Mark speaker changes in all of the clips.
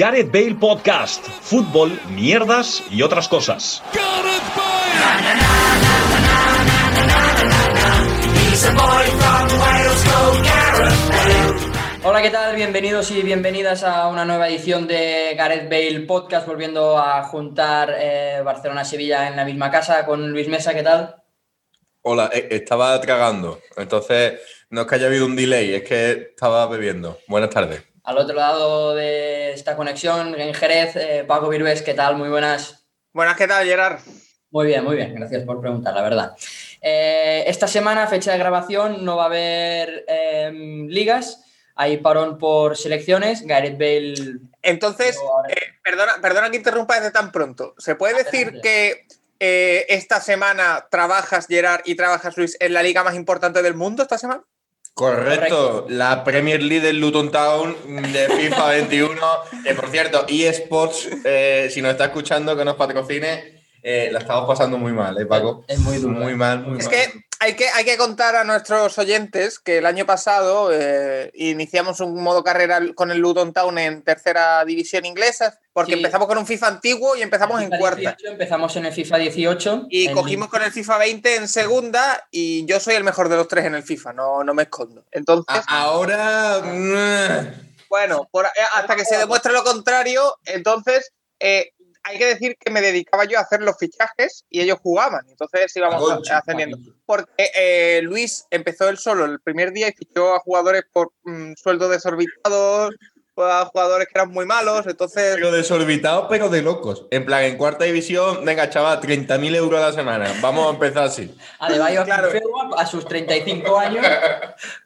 Speaker 1: Gareth Bale Podcast, fútbol, mierdas y otras cosas.
Speaker 2: Hola, ¿qué tal? Bienvenidos y bienvenidas a una nueva edición de Gareth Bale Podcast, volviendo a juntar eh, Barcelona-Sevilla en la misma casa con Luis Mesa, ¿qué tal?
Speaker 3: Hola, eh, estaba tragando, entonces no es que haya habido un delay, es que estaba bebiendo. Buenas tardes.
Speaker 2: Al otro lado de esta conexión, en Jerez, eh, Paco Virués, ¿qué tal? Muy buenas.
Speaker 4: Buenas, ¿qué tal, Gerard?
Speaker 2: Muy bien, muy bien, gracias por preguntar, la verdad. Eh, esta semana, fecha de grabación, no va a haber em, ligas hay parón por selecciones, Gareth Bale...
Speaker 4: Entonces, eh, perdona, perdona que interrumpa desde tan pronto. ¿Se puede adelante, decir adelante. que eh, esta semana trabajas, Gerard, y trabajas, Luis, en la liga más importante del mundo esta semana?
Speaker 3: Correcto, Correcto. la Premier League del Luton Town de FIFA 21, que por cierto, eSports, eh, si nos está escuchando, que nos patrocine, eh, la estamos pasando muy mal, ¿eh, Paco?
Speaker 2: Es muy duro.
Speaker 3: Muy mal, muy
Speaker 4: es
Speaker 3: mal.
Speaker 4: Que hay que, hay que contar a nuestros oyentes que el año pasado eh, iniciamos un modo carrera con el Luton Town en tercera división inglesa, porque sí. empezamos con un FIFA antiguo y empezamos en, en cuarta. 18,
Speaker 2: empezamos en el FIFA 18.
Speaker 4: Y
Speaker 2: en...
Speaker 4: cogimos con el FIFA 20 en segunda y yo soy el mejor de los tres en el FIFA, no, no me escondo. Entonces...
Speaker 3: Ahora... mm,
Speaker 4: Bueno, por, eh, hasta que se demuestre lo contrario, entonces... Eh, hay que decir que me dedicaba yo a hacer los fichajes y ellos jugaban. Entonces íbamos Ocho, ascendiendo. Porque eh, Luis empezó él solo el primer día y fichó a jugadores por mm, sueldos desorbitados, pues, a jugadores que eran muy malos. Entonces.
Speaker 3: Pero desorbitados, pero de locos. En plan, en cuarta división, venga, chaval, 30.000 euros a la semana. Vamos a empezar así.
Speaker 2: Adebayo claro. Ah, a sus 35 años,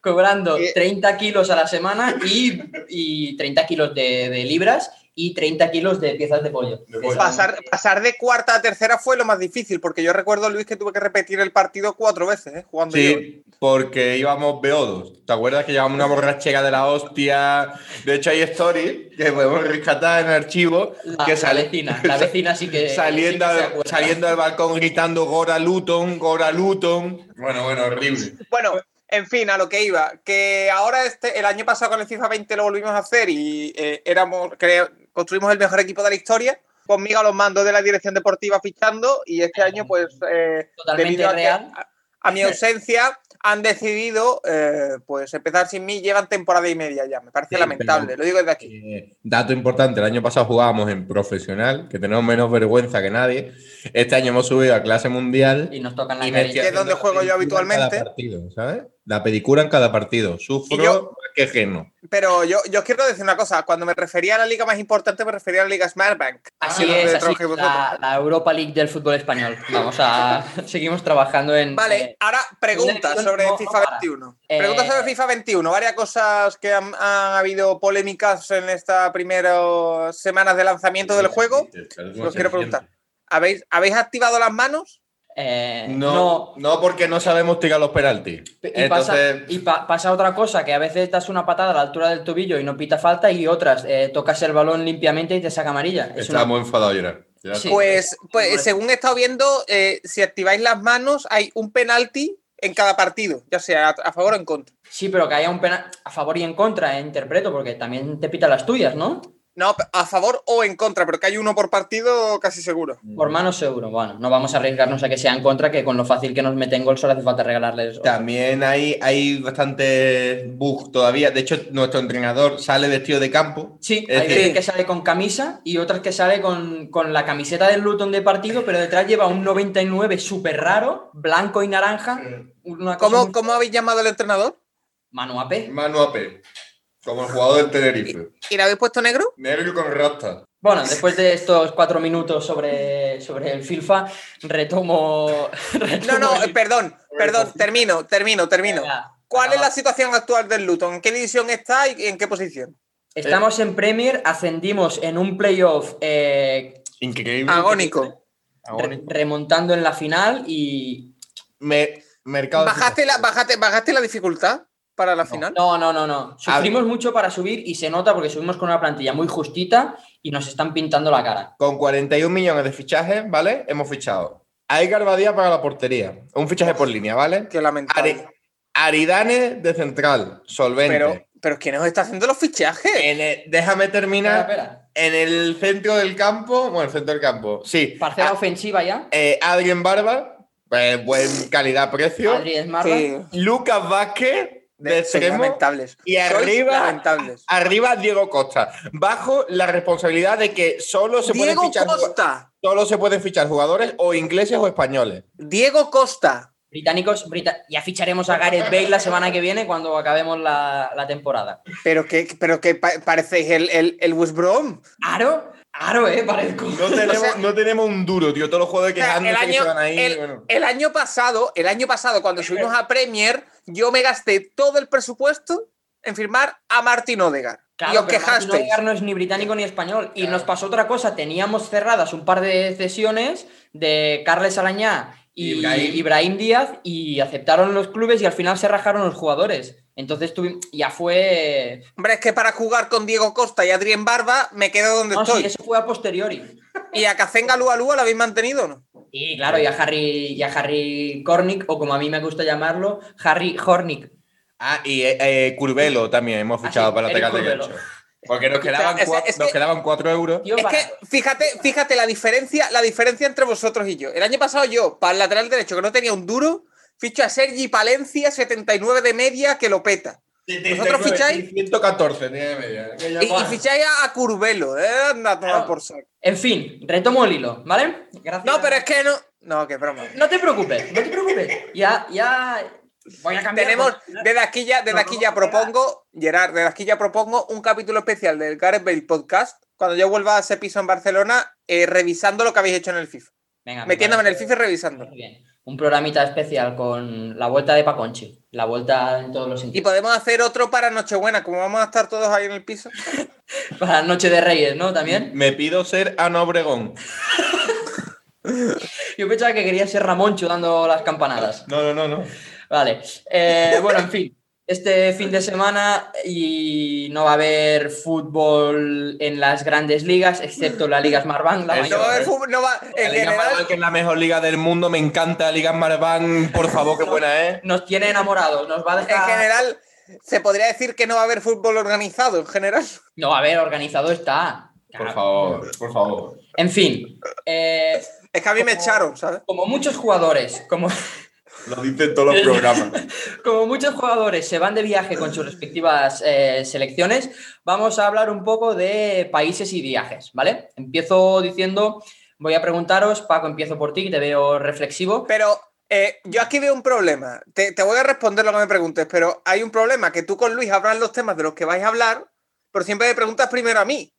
Speaker 2: cobrando 30 kilos a la semana y, y 30 kilos de, de libras y 30 kilos de piezas de pollo. De pollo.
Speaker 4: Pasar, pasar, de cuarta a tercera fue lo más difícil, porque yo recuerdo, Luis, que tuve que repetir el partido cuatro veces, ¿eh? jugando.
Speaker 3: Sí, yo. porque íbamos beodos. ¿Te acuerdas que llevábamos una borrachera de la hostia? De hecho, hay stories que podemos rescatar en el archivo.
Speaker 2: La,
Speaker 3: que
Speaker 2: sal... la vecina, la vecina sí que.
Speaker 3: saliendo, sí que saliendo del balcón gritando Gora Luton, Gora Luton. Bueno, bueno, horrible.
Speaker 4: Bueno, en fin, a lo que iba, que ahora este, el año pasado con el FIFA 20 lo volvimos a hacer y eh, éramos, creo, construimos el mejor equipo de la historia, conmigo a los mandos de la dirección deportiva fichando y este año pues eh,
Speaker 2: Totalmente real.
Speaker 4: A, a, mi ausencia han decidido eh, pues empezar sin mí, llevan temporada y media ya, me parece sí, lamentable, pero, lo digo desde aquí.
Speaker 3: Eh, dato importante, el año pasado jugábamos en profesional, que tenemos menos vergüenza que nadie, este año hemos subido a clase mundial.
Speaker 2: Y nos tocan la
Speaker 4: Que es donde juego yo habitualmente.
Speaker 3: Partido, ¿sabes? La pedicura en cada partido. Sufro yo, que geno.
Speaker 4: Pero yo, yo, os quiero decir una cosa. Cuando me refería a la liga más importante, me refería a la liga Smartbank.
Speaker 2: Así ah, es, así, la, la, Europa League del fútbol español. Vamos a... seguimos trabajando en...
Speaker 4: Vale, eh, ahora preguntas sobre no, FIFA no, 21. Eh, preguntas sobre FIFA 21. Varias cosas que han, han habido polémicas en estas primeras semanas de lanzamiento del juego. Los quiero preguntar. ¿Habéis, ¿habéis activado las manos?
Speaker 2: Eh,
Speaker 3: no, no, no, porque no sabemos tirar los penaltis.
Speaker 2: Y, Entonces... pasa, y pa, pasa, otra cosa, que a veces das una patada a la altura del tobillo y no pita falta, y otras, eh, tocas el balón limpiamente y te saca amarilla.
Speaker 3: Es Está una... muy enfadado, Gerard.
Speaker 4: Sí. Pues, pues según he estado viendo, eh, si activáis las manos, hay un penalti en cada partido, ya sea a, favor o en contra.
Speaker 2: Sí, pero que haya un penalti a favor y en contra, eh, interpreto, porque también te pita las tuyas, ¿no?
Speaker 4: No, a favor o en contra, porque hay uno por partido casi seguro.
Speaker 2: Por mano seguro, bueno, no vamos a arriesgarnos a que sea en contra, que con lo fácil que nos meten gol solo hace falta regalarles.
Speaker 3: También hay, hay bastante bug todavía. De hecho, nuestro entrenador sale vestido de campo.
Speaker 2: Sí, es hay decir... que sale con camisa y otras que sale con, con, la camiseta del Luton de partido, pero detrás lleva un 99 súper raro, blanco y naranja.
Speaker 4: Una cosa ¿Cómo, muy... ¿Cómo, habéis llamado al entrenador?
Speaker 2: Manu Ape.
Speaker 3: Manu Ape. Como el jugador del Tenerife.
Speaker 4: ¿Y, la habéis puesto negro?
Speaker 3: Negro con rasta.
Speaker 2: Bueno, después de estos cuatro minutos sobre, sobre el FIFA, retomo, retomo
Speaker 4: No, no, el... perdón, perdón, termino, termino, termino. ¿Cuál
Speaker 3: Ah.
Speaker 4: es la situación actual del Luton? ¿En qué división está y en qué posición?
Speaker 2: Estamos en Premier, ascendimos en un playoff eh,
Speaker 3: increíble.
Speaker 4: Agónico.
Speaker 3: Ah,
Speaker 2: Re remontando en la final y.
Speaker 3: Me, mercado
Speaker 4: ¿Bajaste la, bajaste, ¿Bajaste la dificultad? para la
Speaker 2: no,
Speaker 4: final?
Speaker 2: No, no, no, no. Sufrimos mucho para subir y se nota porque subimos con una plantilla muy justita y nos están pintando la cara.
Speaker 3: Con 41 millones de fichajes, ¿vale? Hemos fichado. Hay Garbadía para la portería. Un fichaje por línea, ¿vale?
Speaker 4: Qué lamentable.
Speaker 3: Ari Aridane de central, solvente. Eh,
Speaker 4: Pero, pero ¿quién nos está haciendo los fichajes?
Speaker 3: El, déjame terminar.
Speaker 2: Espera, espera.
Speaker 3: En el centro del campo, bueno, el centro del campo, sí. Ah,
Speaker 2: Parcela ofensiva ya.
Speaker 3: Eh, Adrien Barba, eh, buen calidad-precio.
Speaker 2: Adrián Esmarra.
Speaker 4: Sí.
Speaker 3: Lucas Vázquez, de, extremo.
Speaker 4: lamentables.
Speaker 3: Y
Speaker 4: Sois
Speaker 3: arriba,
Speaker 4: Lamentables.
Speaker 3: arriba Diego Costa. Bajo la responsabilidad de que solo se, pueden
Speaker 4: Diego
Speaker 3: fichar,
Speaker 4: Costa.
Speaker 3: solo se pueden fichar jugadores o ingleses o españoles.
Speaker 4: Diego Costa.
Speaker 2: Británicos, brita- ya ficharemos a Gareth Bale la semana que viene cuando acabemos la, la temporada.
Speaker 4: Pero que, pero que pa- parecéis el, el, el West Brom.
Speaker 2: Aro, aro, eh, parezco.
Speaker 3: No tenemos, no tenemos un duro, tío. Todos los jugadores
Speaker 4: O sea,
Speaker 3: quejándose
Speaker 4: el
Speaker 3: que se
Speaker 4: año,
Speaker 3: van ahí.
Speaker 4: el-
Speaker 3: bueno.
Speaker 4: el año pasado, el año pasado, cuando subimos a Premier, yo me gasté todo el presupuesto en firmar a Martín Odegar. y os
Speaker 2: Claro, que
Speaker 4: quejasteis.
Speaker 2: Martin Odegaard no es ni británico ni español. Y nos pasó otra cosa. Teníamos cerradas un par de cesiones de Carles Alañá y
Speaker 3: Ibrahim.
Speaker 2: Ibrahim. Díaz y aceptaron los clubes y al final se rajaron los jugadores. Entonces tuvi- ya fue...
Speaker 4: Hombre, es que para jugar con Diego Costa y Adrián Barba me quedo donde
Speaker 2: No,
Speaker 4: estoy.
Speaker 2: sí, eso fue a posteriori.
Speaker 4: ¿Y a Cacenga Lua Lua lo habéis mantenido o no?
Speaker 2: Y claro, y a Harry, y a Harry Cornick, o como a mí me gusta llamarlo, Harry Hornick.
Speaker 3: Ah, y eh, eh, Curvelo también hemos fichado
Speaker 2: Ah, sí,
Speaker 3: para
Speaker 2: Eric
Speaker 3: atacar de
Speaker 2: Curvelo.
Speaker 3: derecho. Porque nos quedaban,
Speaker 4: es-
Speaker 3: cua-
Speaker 4: es
Speaker 3: nos
Speaker 4: que-
Speaker 3: quedaban cuatro euros.
Speaker 2: Tío,
Speaker 4: es
Speaker 2: barato.
Speaker 4: que fíjate, fíjate la diferencia, la diferencia entre vosotros y yo. El año pasado yo, para el lateral derecho, que no tenía un duro, ficho a Sergi Palencia, 79 de media, que lo peta. ¿Vosotros ficháis?
Speaker 3: 114, tenía de media. Que ya,
Speaker 4: Y, y
Speaker 3: bueno.
Speaker 4: ficháis a, a Curvelo, eh, anda a tomar
Speaker 2: Claro.
Speaker 4: por saco.
Speaker 2: En fin, retomo el hilo, ¿vale? Gracias.
Speaker 4: No, pero es que no. No, qué broma.
Speaker 2: No te preocupes, no te preocupes. Ya, ya... Voy a cambiar...
Speaker 4: Tenemos,
Speaker 2: pues.
Speaker 4: desde aquí ya, desde
Speaker 2: No,
Speaker 4: aquí
Speaker 2: no,
Speaker 4: ya
Speaker 2: no,
Speaker 4: propongo, Gerard, desde aquí ya propongo un capítulo especial del Gareth Bale podcast, cuando yo vuelva a ese piso en Barcelona, eh, revisando lo que habéis hecho en el FIFA.
Speaker 2: Venga, me
Speaker 4: Metiéndome en el
Speaker 2: parece-
Speaker 4: FIFA y revisando.
Speaker 2: Muy bien. Un programita especial con la vuelta de Paconchi. La vuelta en todos los
Speaker 4: Y
Speaker 2: sentidos.
Speaker 4: podemos hacer otro para Nochebuena, como vamos a estar todos ahí en el piso.
Speaker 2: Para Noche de Reyes, ¿no? También.
Speaker 3: Me pido ser Ana Obregón.
Speaker 2: Yo pensaba que quería ser Ramoncho dando las campanadas.
Speaker 3: No, no, no, no.
Speaker 2: Vale. Eh, bueno, en fin. Este fin de semana y no va a haber fútbol en las grandes ligas, excepto la Liga Smartbank, la
Speaker 3: Eso
Speaker 4: No va a
Speaker 2: mayor.
Speaker 4: haber fútbol, no va-
Speaker 3: La
Speaker 4: en
Speaker 3: Liga Marván,
Speaker 4: general,
Speaker 3: que es la mejor liga del mundo. Me encanta la Liga Marván. Por favor, qué buena es.
Speaker 2: Nos tiene enamorados, nos va a
Speaker 4: en
Speaker 2: dejar.
Speaker 4: general, se podría decir que no va a haber fútbol organizado en general.
Speaker 2: No, a ver, organizado está.
Speaker 3: Por favor, por favor.
Speaker 2: En fin. eh,
Speaker 4: Es que a mí me echaron, ¿sabes?
Speaker 2: como muchos jugadores, como
Speaker 3: Lo dicen todos los programas.
Speaker 2: Como muchos jugadores se van de viaje con sus respectivas eh, selecciones, vamos a hablar un poco de países y viajes, ¿vale? Empiezo diciendo, voy a preguntaros, Paco, empiezo por ti, que te veo reflexivo.
Speaker 4: Pero eh, yo aquí veo un problema. Te, te voy a responder lo que me preguntes, pero hay un problema que tú con Luis hablas los temas de los que vais a hablar, pero siempre me preguntas primero a mí.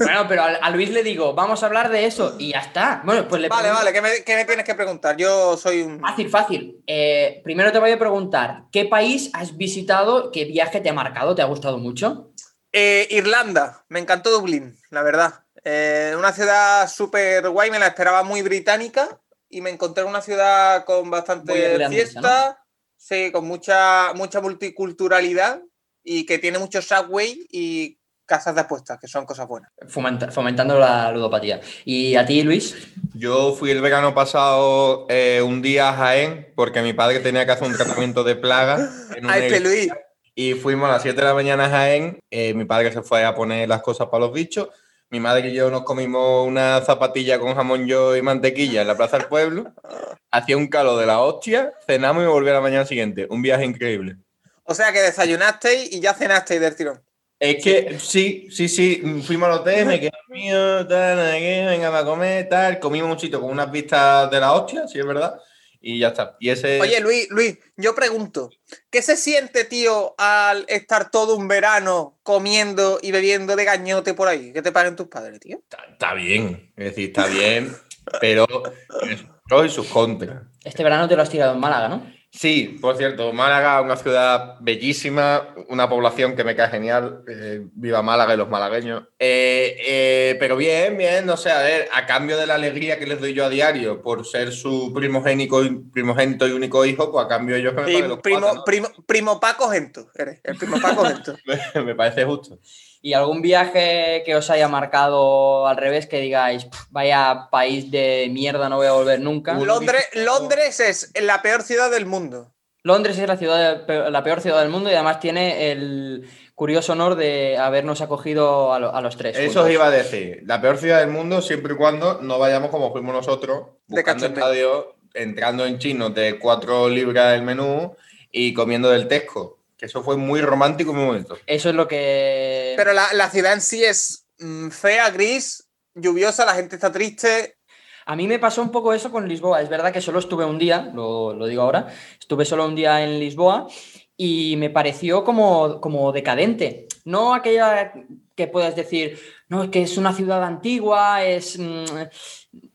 Speaker 2: Bueno, pero a, a Luis le digo, vamos a hablar de eso y ya está. Bueno, pues le
Speaker 4: Vale,
Speaker 2: pregunto-
Speaker 4: vale, ¿qué me, qué me tienes que preguntar? Yo soy un...
Speaker 2: Fácil, fácil. Eh, primero te voy a preguntar, ¿qué país has visitado? ¿Qué viaje te ha marcado? ¿Te ha gustado mucho?
Speaker 4: Eh, Irlanda, me encantó Dublín, la verdad. Eh, una ciudad súper guay, me la esperaba muy británica y me encontré en una ciudad con
Speaker 2: Muy
Speaker 4: bastante
Speaker 2: irlandesa,
Speaker 4: fiesta, sí, con mucha, mucha multiculturalidad y que tiene mucho subway y casas de apuestas, que son cosas buenas.
Speaker 2: Fomenta- fomentando la ludopatía. ¿Y a ti, Luis?
Speaker 3: Yo fui el verano pasado eh, un día a Jaén porque mi padre tenía que hacer un tratamiento de plaga. En un
Speaker 4: Ay,
Speaker 3: negocio.
Speaker 4: Peluí,
Speaker 3: Y fuimos a las 7 de la mañana a Jaén. eh, mi padre se fue a poner las cosas para los bichos. Mi madre y yo nos comimos una zapatilla con jamón yo y mantequilla en la plaza del pueblo. Hacía un calor de la hostia, cenamos y volví a la mañana siguiente. Un viaje increíble.
Speaker 4: o sea que desayunasteis y ya cenasteis del tirón.
Speaker 3: Es que sí, sí, sí, mm, fuimos al hotel, me quedé mío, tal, no sé qué, venga para comer, tal. Comimos un sitio con unas vistas de la hostia, sí es verdad. Y ya está. Y ese.
Speaker 4: Oye, Luis, Luis, yo pregunto, ¿qué se siente, tío, al estar todo un verano comiendo y bebiendo de gañote por ahí? ¿Qué te paguen tus padres, tío?
Speaker 3: está, está bien. Es decir, está bien, pero. tiene sus pros y sus contras.
Speaker 2: Este verano te lo has tirado en Málaga, ¿no?
Speaker 3: Sí, por cierto, Málaga, una ciudad bellísima, una población que me cae genial. eh, viva Málaga y los malagueños. Eh, eh, pero bien, bien, no sé, a ver, a cambio de la alegría que les doy yo a diario por ser su primogénico, y- primogénito y único hijo, pues a cambio ellos que me
Speaker 4: Pri-
Speaker 3: paguen los
Speaker 4: primo,
Speaker 3: cuatro, ¿no?
Speaker 4: primo, primo Paco Gento, eres el primo Paco Gento.
Speaker 3: Me, parece justo.
Speaker 2: ¿Y algún viaje que os haya marcado al revés que digáis, "Pff, vaya país de mierda, no voy a volver nunca?
Speaker 3: Uy.
Speaker 4: Londres, Londres es la peor ciudad del mundo.
Speaker 2: Londres es la, ciudad de- la peor ciudad del mundo y además tiene el curioso honor de habernos acogido a, lo- a los tres.
Speaker 3: Eso
Speaker 2: juntos.
Speaker 3: os iba a decir. La peor ciudad del mundo, siempre y cuando no vayamos como fuimos nosotros,
Speaker 4: De
Speaker 3: buscando
Speaker 4: cachondeo.
Speaker 3: estadios, entrando en chinos de cuatro libras del menú y comiendo del Tesco. Que eso fue muy romántico y muy bonito.
Speaker 2: Eso es lo que.
Speaker 4: Pero la, la ciudad en sí es mm, fea, gris, lluviosa, la gente está triste.
Speaker 2: A mí me pasó un poco eso con Lisboa. Es verdad que solo estuve un día, lo, lo digo ahora, estuve solo un día en Lisboa y me pareció como, como decadente. No aquella que puedas decir, no, es que es una ciudad antigua, es, mm,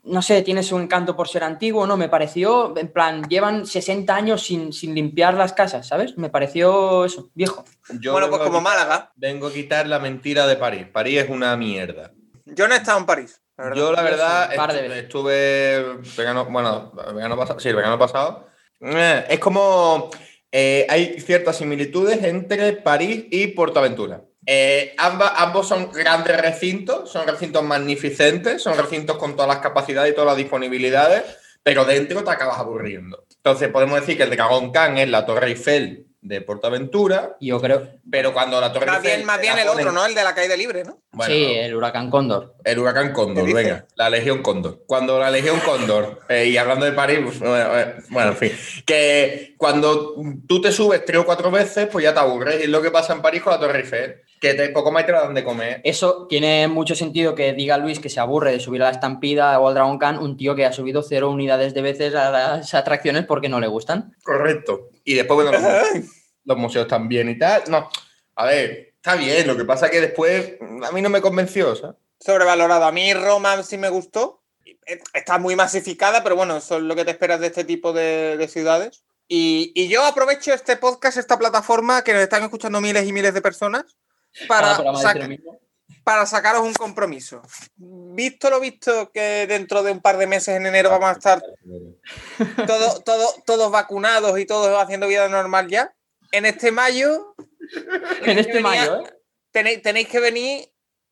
Speaker 2: no sé, tiene su encanto por ser antiguo. No, me pareció, en plan, llevan 60 años sin, sin limpiar las casas, ¿sabes? Me pareció eso, viejo.
Speaker 3: Yo
Speaker 4: bueno, pues
Speaker 3: vengo a
Speaker 4: como
Speaker 3: quitar-
Speaker 4: Málaga.
Speaker 3: Vengo a quitar la mentira de París. París es una mierda.
Speaker 4: Yo no he estado en París, la verdad.
Speaker 3: Yo, la
Speaker 2: Yo
Speaker 3: verdad,
Speaker 2: sí, un par de
Speaker 3: estu-
Speaker 2: veces.
Speaker 3: estuve vegano, bueno, vegano pasado, sí, el vegano pasado. Eh, Es como, eh, hay ciertas similitudes entre París y Portaventura. Eh, amba- ambos son grandes recintos, son recintos magnificentes, son recintos con todas las capacidades y todas las disponibilidades, pero dentro te acabas aburriendo. Entonces podemos decir que el Dragón Khan es la Torre Eiffel de Portaventura,
Speaker 2: Yo creo.
Speaker 3: pero cuando la Torre
Speaker 4: Más
Speaker 3: Eiffel...
Speaker 4: bien, más
Speaker 3: te
Speaker 4: bien
Speaker 3: la
Speaker 4: el otro,
Speaker 3: ponen-
Speaker 4: ¿no? El de la caída libre, ¿no?
Speaker 3: Bueno,
Speaker 2: sí, eh. el huracán Cóndor.
Speaker 3: el huracán Cóndor,
Speaker 4: ¿Qué dices?
Speaker 3: venga, la Legión Cóndor. Cuando la Legión Cóndor, eh, y hablando de París, pues, bueno, eh, bueno, en fin, que cuando tú te subes tres o cuatro veces, pues ya te aburres. Y es lo que pasa en París con la Torre Eiffel, que te, poco más te la dan de comer.
Speaker 2: Eso tiene mucho sentido que diga Luis que se aburre de subir a la estampida o al Dragon Khan, un tío que ha subido cero unidades de veces a las atracciones porque no le gustan.
Speaker 3: Correcto. Y después, bueno, los, museos- los museos también y tal. No, a ver, está bien, lo que pasa que después mm, a mí no me convenció, ¿sabes?
Speaker 4: Sobrevalorado. A mí Roma sí me gustó. Eh, Está muy masificada, pero bueno, eso es lo que te esperas de este tipo de, de ciudades. Y, y yo aprovecho este podcast, esta plataforma que nos están escuchando miles y miles de personas para,
Speaker 2: Cada programa dice
Speaker 4: saca-
Speaker 2: lo mismo.
Speaker 4: para sacaros un compromiso. Visto lo visto que dentro de un par de meses en enero vamos a estar todo, todo, todos vacunados y todos haciendo vida normal ya, en este mayo
Speaker 2: en este
Speaker 4: venía-
Speaker 2: mayo, ¿eh?
Speaker 4: tenéis, tenéis que venir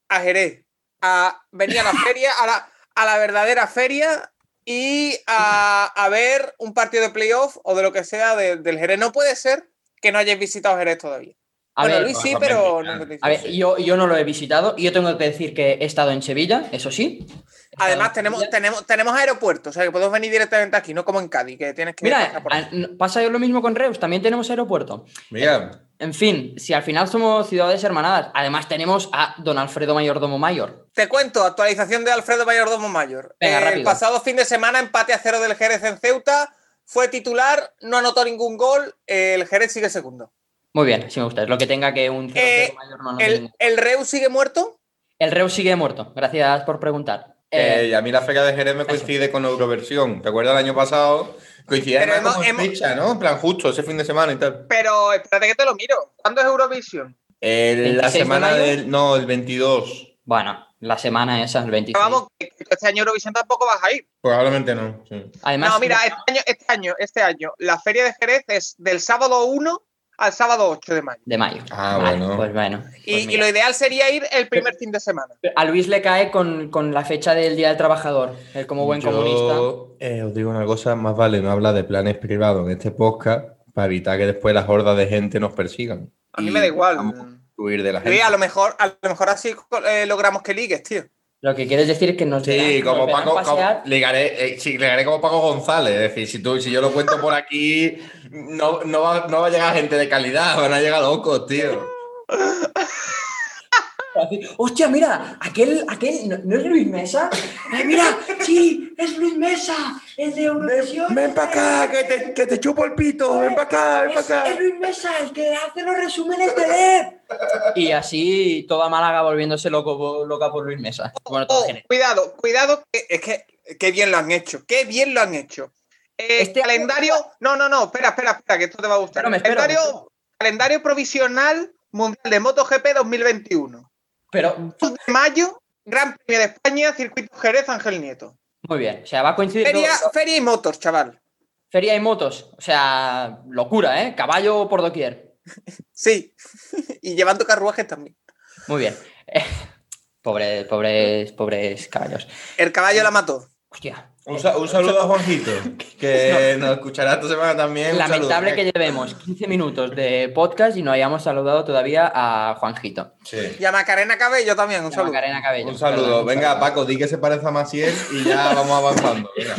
Speaker 4: a Jerez, a venir a la feria, a la, a la verdadera feria y a, a ver un partido de playoff o de lo que sea de- del Jerez. No puede ser que no hayáis visitado Jerez todavía.
Speaker 2: A
Speaker 4: bueno,
Speaker 2: ver,
Speaker 4: Luis sí,
Speaker 3: vamos a
Speaker 4: pero
Speaker 3: ver,
Speaker 4: no lo
Speaker 2: a ver, yo, yo no lo he visitado. Yo tengo que decir que he estado en Sevilla, eso sí. He estado
Speaker 4: Además,
Speaker 2: en
Speaker 4: tenemos,
Speaker 2: Sevilla.
Speaker 4: tenemos, tenemos aeropuertos, o sea que podemos venir directamente aquí, no como en Cádiz, que tienes que
Speaker 2: Mira,
Speaker 4: pasar por
Speaker 2: a- pasa lo mismo con Reus, también tenemos aeropuerto.
Speaker 3: Mira,
Speaker 2: En fin, si al final somos ciudades hermanadas, además tenemos a don Alfredo Mayordomo Mayor.
Speaker 4: Te cuento, actualización de Alfredo Mayordomo Mayor.
Speaker 2: Venga,
Speaker 4: el
Speaker 2: rápido.
Speaker 4: pasado fin de semana, empate a cero del Jerez en Ceuta. Fue titular, no anotó ningún gol. El Jerez sigue segundo.
Speaker 2: Muy bien, si me gusta, es lo que tenga que un
Speaker 4: Eh,
Speaker 2: 0-0 mayor no, no
Speaker 4: El,
Speaker 2: tenga.
Speaker 4: el Reus sigue muerto.
Speaker 2: El Reus sigue muerto, gracias por preguntar.
Speaker 3: que
Speaker 2: Eh,
Speaker 3: a mí la feria de Jerez me coincide con Euroversión. ¿Te acuerdas el año pasado? Coincidía
Speaker 4: Pero
Speaker 3: además
Speaker 4: hemos-
Speaker 3: con
Speaker 4: hemos-
Speaker 3: fecha, ¿no? En plan, justo ese fin de semana y tal.
Speaker 5: Pero espérate que te lo miro. ¿Cuándo es Eurovisión?
Speaker 3: El- la
Speaker 2: 26 de
Speaker 3: semana
Speaker 2: mayo.
Speaker 3: del. No, el 22.
Speaker 2: bueno, la semana esa, el 26.
Speaker 5: Pero vamos, que que este año Eurovisión tampoco vas a ir.
Speaker 3: Probablemente no. sí.
Speaker 2: Además,
Speaker 5: no, mira, este año, este año, este año, la feria de Jerez es del sábado 1 al sábado 8 de mayo.
Speaker 2: de mayo.
Speaker 3: Ah, bueno.
Speaker 2: Pues bueno.
Speaker 4: Y,
Speaker 2: Pues
Speaker 4: y
Speaker 2: mira.
Speaker 4: lo ideal sería ir el primer fin de semana.
Speaker 2: A Luis le cae con, con la fecha del Día del Trabajador, él como buen
Speaker 3: Yo,
Speaker 2: comunista.
Speaker 3: eh, os digo una cosa, más vale no hablar de planes privados en este podcast para evitar que después las hordas de gente nos persigan.
Speaker 4: A mí
Speaker 3: Y
Speaker 4: me da igual.
Speaker 3: vamos a huir de la gente.
Speaker 4: Luis, a lo mejor, a lo mejor así eh, logramos que ligues, tío.
Speaker 2: Lo que quieres decir es que nos
Speaker 3: Sí,
Speaker 2: verán-
Speaker 3: como
Speaker 2: nos verán
Speaker 3: Paco,
Speaker 2: pasear.
Speaker 3: como, ligaré, eh, sí, ligaré como Paco González. Es decir, si, tú, si yo lo cuento por aquí, no, no, va, no va a llegar gente de calidad, van a llegar locos, tío.
Speaker 2: Hostia, mira, aquel, aquel, ¿no, no es Luis Mesa? Ay, mira, sí, es Luis Mesa, el de Eurovisión.
Speaker 3: que te, que te chupo el pito, ven para acá, ven
Speaker 2: Luis Mesa, el que hace los resúmenes de LED. Y así toda Málaga volviéndose loco, loca por Luis Mesa. Bueno, todo
Speaker 5: Oh,
Speaker 2: Jerez.
Speaker 5: cuidado, cuidado.
Speaker 4: Eh, Es que qué bien lo han hecho, qué bien lo han hecho.
Speaker 5: Eh,
Speaker 2: Este-
Speaker 5: calendario. No, no, no, espera, espera, espera, que esto te va a gustar.
Speaker 2: Espérame, espérame,
Speaker 5: calendario,
Speaker 2: espérame.
Speaker 5: calendario provisional mundial de MotoGP 2021.
Speaker 2: Pero
Speaker 5: 2 de mayo, Gran Premio de España, Circuito Jerez, Ángel Nieto.
Speaker 2: muy bien, o sea, va a coincidir.
Speaker 4: Feria,
Speaker 2: todo-
Speaker 4: feria y motos, chaval.
Speaker 2: Feria y motos, o sea, locura, ¿eh? Caballo por doquier.
Speaker 4: Sí. y llevando carruajes también.
Speaker 2: Muy bien. Eh, pobres, pobres, pobres caballos.
Speaker 4: El caballo la mató.
Speaker 2: Hostia.
Speaker 3: Un, sa- un saludo a Juanjito, que nos escuchará esta semana también. Eh, Un saludo.
Speaker 2: Lamentable que llevemos 15 minutos de podcast y no hayamos saludado todavía a Juanjito.
Speaker 3: Sí.
Speaker 4: Y a Macarena Cabello también, un
Speaker 2: A
Speaker 4: saludo.
Speaker 2: Macarena Cabello.
Speaker 3: Un saludo.
Speaker 2: perdón.
Speaker 3: Venga, Paco, di que se parece a Maciel y ya vamos avanzando. Venga.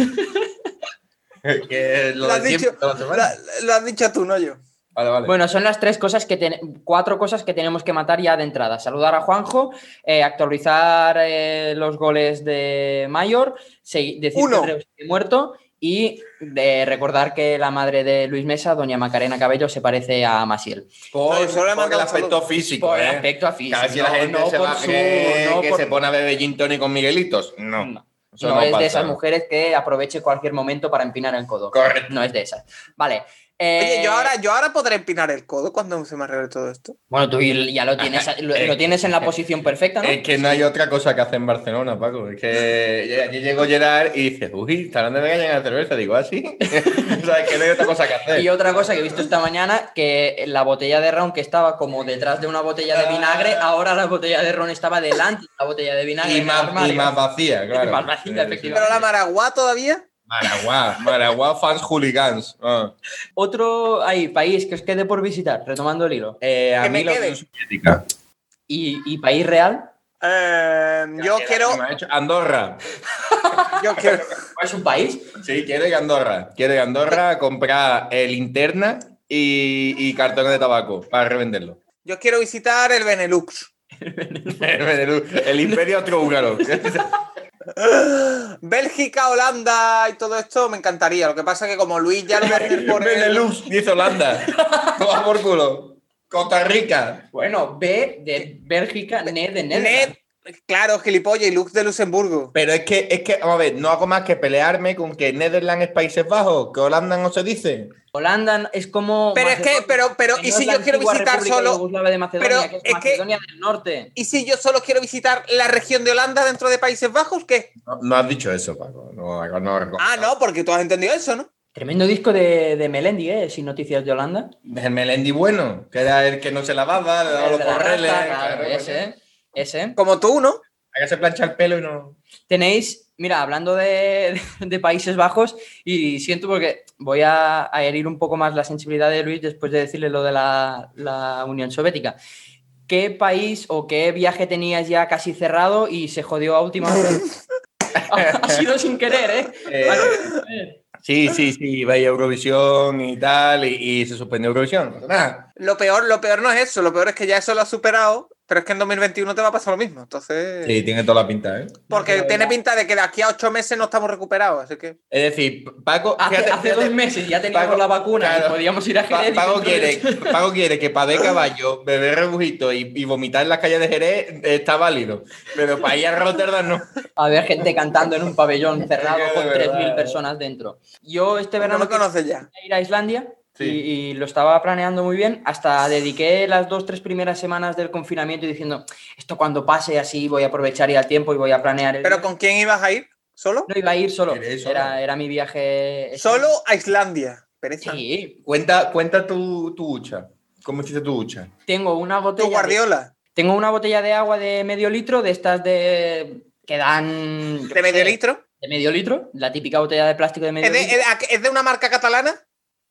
Speaker 3: que lo
Speaker 4: Lo has
Speaker 3: de siempre,
Speaker 4: dicho-
Speaker 3: toda la semana.
Speaker 4: La- lo has dicho tú, no yo.
Speaker 3: Vale, vale.
Speaker 2: Bueno, son las tres cosas que ten- cuatro cosas que tenemos que matar ya de entrada. Saludar a Juanjo, eh, actualizar eh, los goles de Mayor, segui- decir
Speaker 4: Uno.
Speaker 2: que Reus sigue muerto y de recordar que la madre de Luis Mesa, doña Macarena Cabello, se parece a Masiel.
Speaker 3: por,
Speaker 4: No, yo solo le he
Speaker 3: por el
Speaker 4: mandado
Speaker 3: aspecto
Speaker 4: saludos.
Speaker 3: físico,
Speaker 2: Por el
Speaker 3: ¿eh?
Speaker 2: aspecto a
Speaker 3: Que a ver si la gente se va que, que se pone a beber gin tonic con Miguelitos. No.
Speaker 2: No.
Speaker 3: eso
Speaker 2: no es
Speaker 3: pasa.
Speaker 2: de esas mujeres que aproveche cualquier momento para empinar el codo.
Speaker 3: Correcto.
Speaker 2: No es de esas. Vale. eh,
Speaker 4: Oye, yo ahora, yo ahora podré empinar el codo cuando se me arregle todo esto.
Speaker 2: Bueno, tú ya lo tienes, lo,
Speaker 3: Eh,
Speaker 2: lo tienes en la posición perfecta, ¿no?
Speaker 3: Es que no hay otra cosa que hacer en Barcelona, Paco. Es que aquí llegó Gerard y dice, uy, estarán de vegana en la cerveza. Digo, así. o sea, es que no hay otra cosa que hacer.
Speaker 2: Y otra cosa que he visto esta mañana, que la botella de ron que estaba como detrás de una botella de vinagre, ahora la botella de ron estaba delante de la botella de vinagre.
Speaker 3: Ah. Y
Speaker 2: en el
Speaker 3: más,
Speaker 2: armario.
Speaker 3: y más vacía, claro. Eh,
Speaker 2: más vacía,
Speaker 3: Sí, sí.
Speaker 2: efectivamente.
Speaker 4: Pero la Maraguá todavía.
Speaker 3: Maraguá, Maraguá fans hooligans. Ah.
Speaker 2: Otro ahí, país que os quede por visitar, retomando el hilo.
Speaker 3: Eh, a
Speaker 4: Que
Speaker 3: mí
Speaker 4: me
Speaker 3: la
Speaker 4: quede.
Speaker 3: Unión Soviética.
Speaker 2: Y, y país real,
Speaker 4: Eh, yo quiero.
Speaker 3: Me ha hecho Andorra.
Speaker 4: Yo quiero.
Speaker 2: es un país.
Speaker 3: Sí, quiere que Andorra. Quiere que Andorra comprar eh, linterna y, y cartones de tabaco para revenderlo.
Speaker 4: Yo quiero visitar el Benelux.
Speaker 3: el, el imperio austrohúngaro.
Speaker 4: Bélgica, Holanda y todo esto me encantaría. Lo que pasa es que como Luis ya lo va a hacer por él-
Speaker 3: Benelux, dice Holanda. Toma por culo. Costa Rica.
Speaker 2: Bueno, B
Speaker 4: Eh,
Speaker 2: de Bélgica, N de Netherlands.
Speaker 4: Ned, claro, gilipollas y Lux de Luxemburgo.
Speaker 3: Pero es que, es que, vamos a ver, no hago más que pelearme con que Netherlands es Países Bajos, que Holanda no se dice.
Speaker 2: Holanda es como.
Speaker 4: Pero es que-
Speaker 2: Macedonia,
Speaker 4: pero- pero,
Speaker 2: que
Speaker 4: ¿y
Speaker 2: no
Speaker 4: si
Speaker 2: es la
Speaker 4: yo quiero
Speaker 2: antigua
Speaker 4: visitar
Speaker 2: República
Speaker 4: solo?
Speaker 2: Yugoslava de Macedonia,
Speaker 4: Pero
Speaker 2: que es
Speaker 4: es que-
Speaker 2: Macedonia del Norte.
Speaker 4: Y si yo solo quiero visitar la región de Holanda dentro de Países Bajos, ¿qué?
Speaker 3: No, no has dicho eso, Paco. No, no, no.
Speaker 4: Ah, no, porque tú has entendido eso, ¿no?
Speaker 2: Tremendo disco de, de Melendi, ¿eh? Sin noticias de Holanda.
Speaker 3: El Melendi bueno, que era el que no se lavaba, le daba
Speaker 2: El
Speaker 3: los
Speaker 2: de Eh, la
Speaker 3: correles.
Speaker 2: raza,
Speaker 3: claro,
Speaker 2: claro,
Speaker 3: coño.
Speaker 2: ese, ese.
Speaker 4: Como tú, ¿no?
Speaker 3: Hay que se plancha el pelo y no.
Speaker 2: Tenéis, mira, hablando de, de Países Bajos, y siento porque voy a, a herir un poco más la sensibilidad de Luis después de decirle lo de la, la Unión Soviética. ¿Qué país o qué viaje tenías ya casi cerrado y se jodió a última hora? ha sido sin querer, ¿eh? Vale.
Speaker 3: sí, sí, sí, iba a ir a Eurovisión y tal, y, y se suspendió Eurovisión. No pasa nada.
Speaker 4: Lo peor, lo peor no es eso, lo peor es que ya eso lo has superado, pero es que en 2021 te va a pasar lo mismo. Entonces,
Speaker 3: Sí, tiene toda la pinta, ¿eh?
Speaker 4: porque
Speaker 2: pero
Speaker 4: tiene
Speaker 2: ya-
Speaker 4: pinta de que de aquí a ocho meses no estamos recuperados, así que
Speaker 3: Es decir, Paco.
Speaker 2: Hace,
Speaker 3: fíjate-
Speaker 2: hace
Speaker 3: fíjate,
Speaker 2: dos meses ya teníamos
Speaker 3: Paco,
Speaker 2: la vacuna y
Speaker 3: claro.
Speaker 2: podíamos ir a
Speaker 3: Pa-
Speaker 2: Jerez. y
Speaker 3: Pago
Speaker 2: centro de-
Speaker 3: quiere, Pago quiere que para de caballo, beber rebujito y, y vomitar en las calles de Jerez eh, está válido. Pero para ir a Rotterdam no.
Speaker 2: a ver gente cantando en un pabellón cerrado
Speaker 3: que
Speaker 2: con
Speaker 3: de verdad,
Speaker 2: 3.000
Speaker 3: eh.
Speaker 2: personas dentro. Yo este
Speaker 4: no
Speaker 2: verano
Speaker 4: me
Speaker 2: quería
Speaker 4: conoces ya.
Speaker 2: ir a Islandia
Speaker 3: Sí.
Speaker 2: y, y lo estaba planeando muy bien. Hasta dediqué las dos, tres primeras semanas del confinamiento diciendo, esto cuando pase así voy a aprovechar ya el tiempo y voy a planear el
Speaker 4: ¿Pero
Speaker 2: viaje".
Speaker 4: con quién ibas a ir? ¿Solo?
Speaker 2: No iba a ir solo.
Speaker 3: Iré solo.
Speaker 2: Era, era mi viaje.
Speaker 4: Solo a Islandia. Pereza.
Speaker 2: Sí,
Speaker 3: Cuenta, cuenta tu, tu hucha. ¿Cómo hiciste tu hucha?
Speaker 2: tengo una
Speaker 4: Tu
Speaker 2: botella. de-
Speaker 4: Guardiola.
Speaker 2: tengo una botella de agua de medio litro, de estas de que dan. yo
Speaker 4: ¿De
Speaker 2: qué
Speaker 4: medio
Speaker 2: sé,
Speaker 4: litro? e,
Speaker 2: De medio litro, la típica botella de plástico de medio
Speaker 4: ¿Es de,
Speaker 2: litro.
Speaker 4: es- a- es de una marca catalana?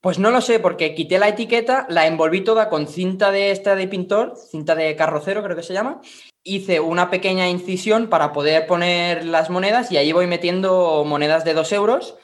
Speaker 2: Pues no lo sé, porque quité la etiqueta, la envolví toda con cinta de esta de pintor, cinta de carrocero creo que se llama. Hice una pequeña incisión para poder poner las monedas y ahí voy metiendo monedas de 2 euros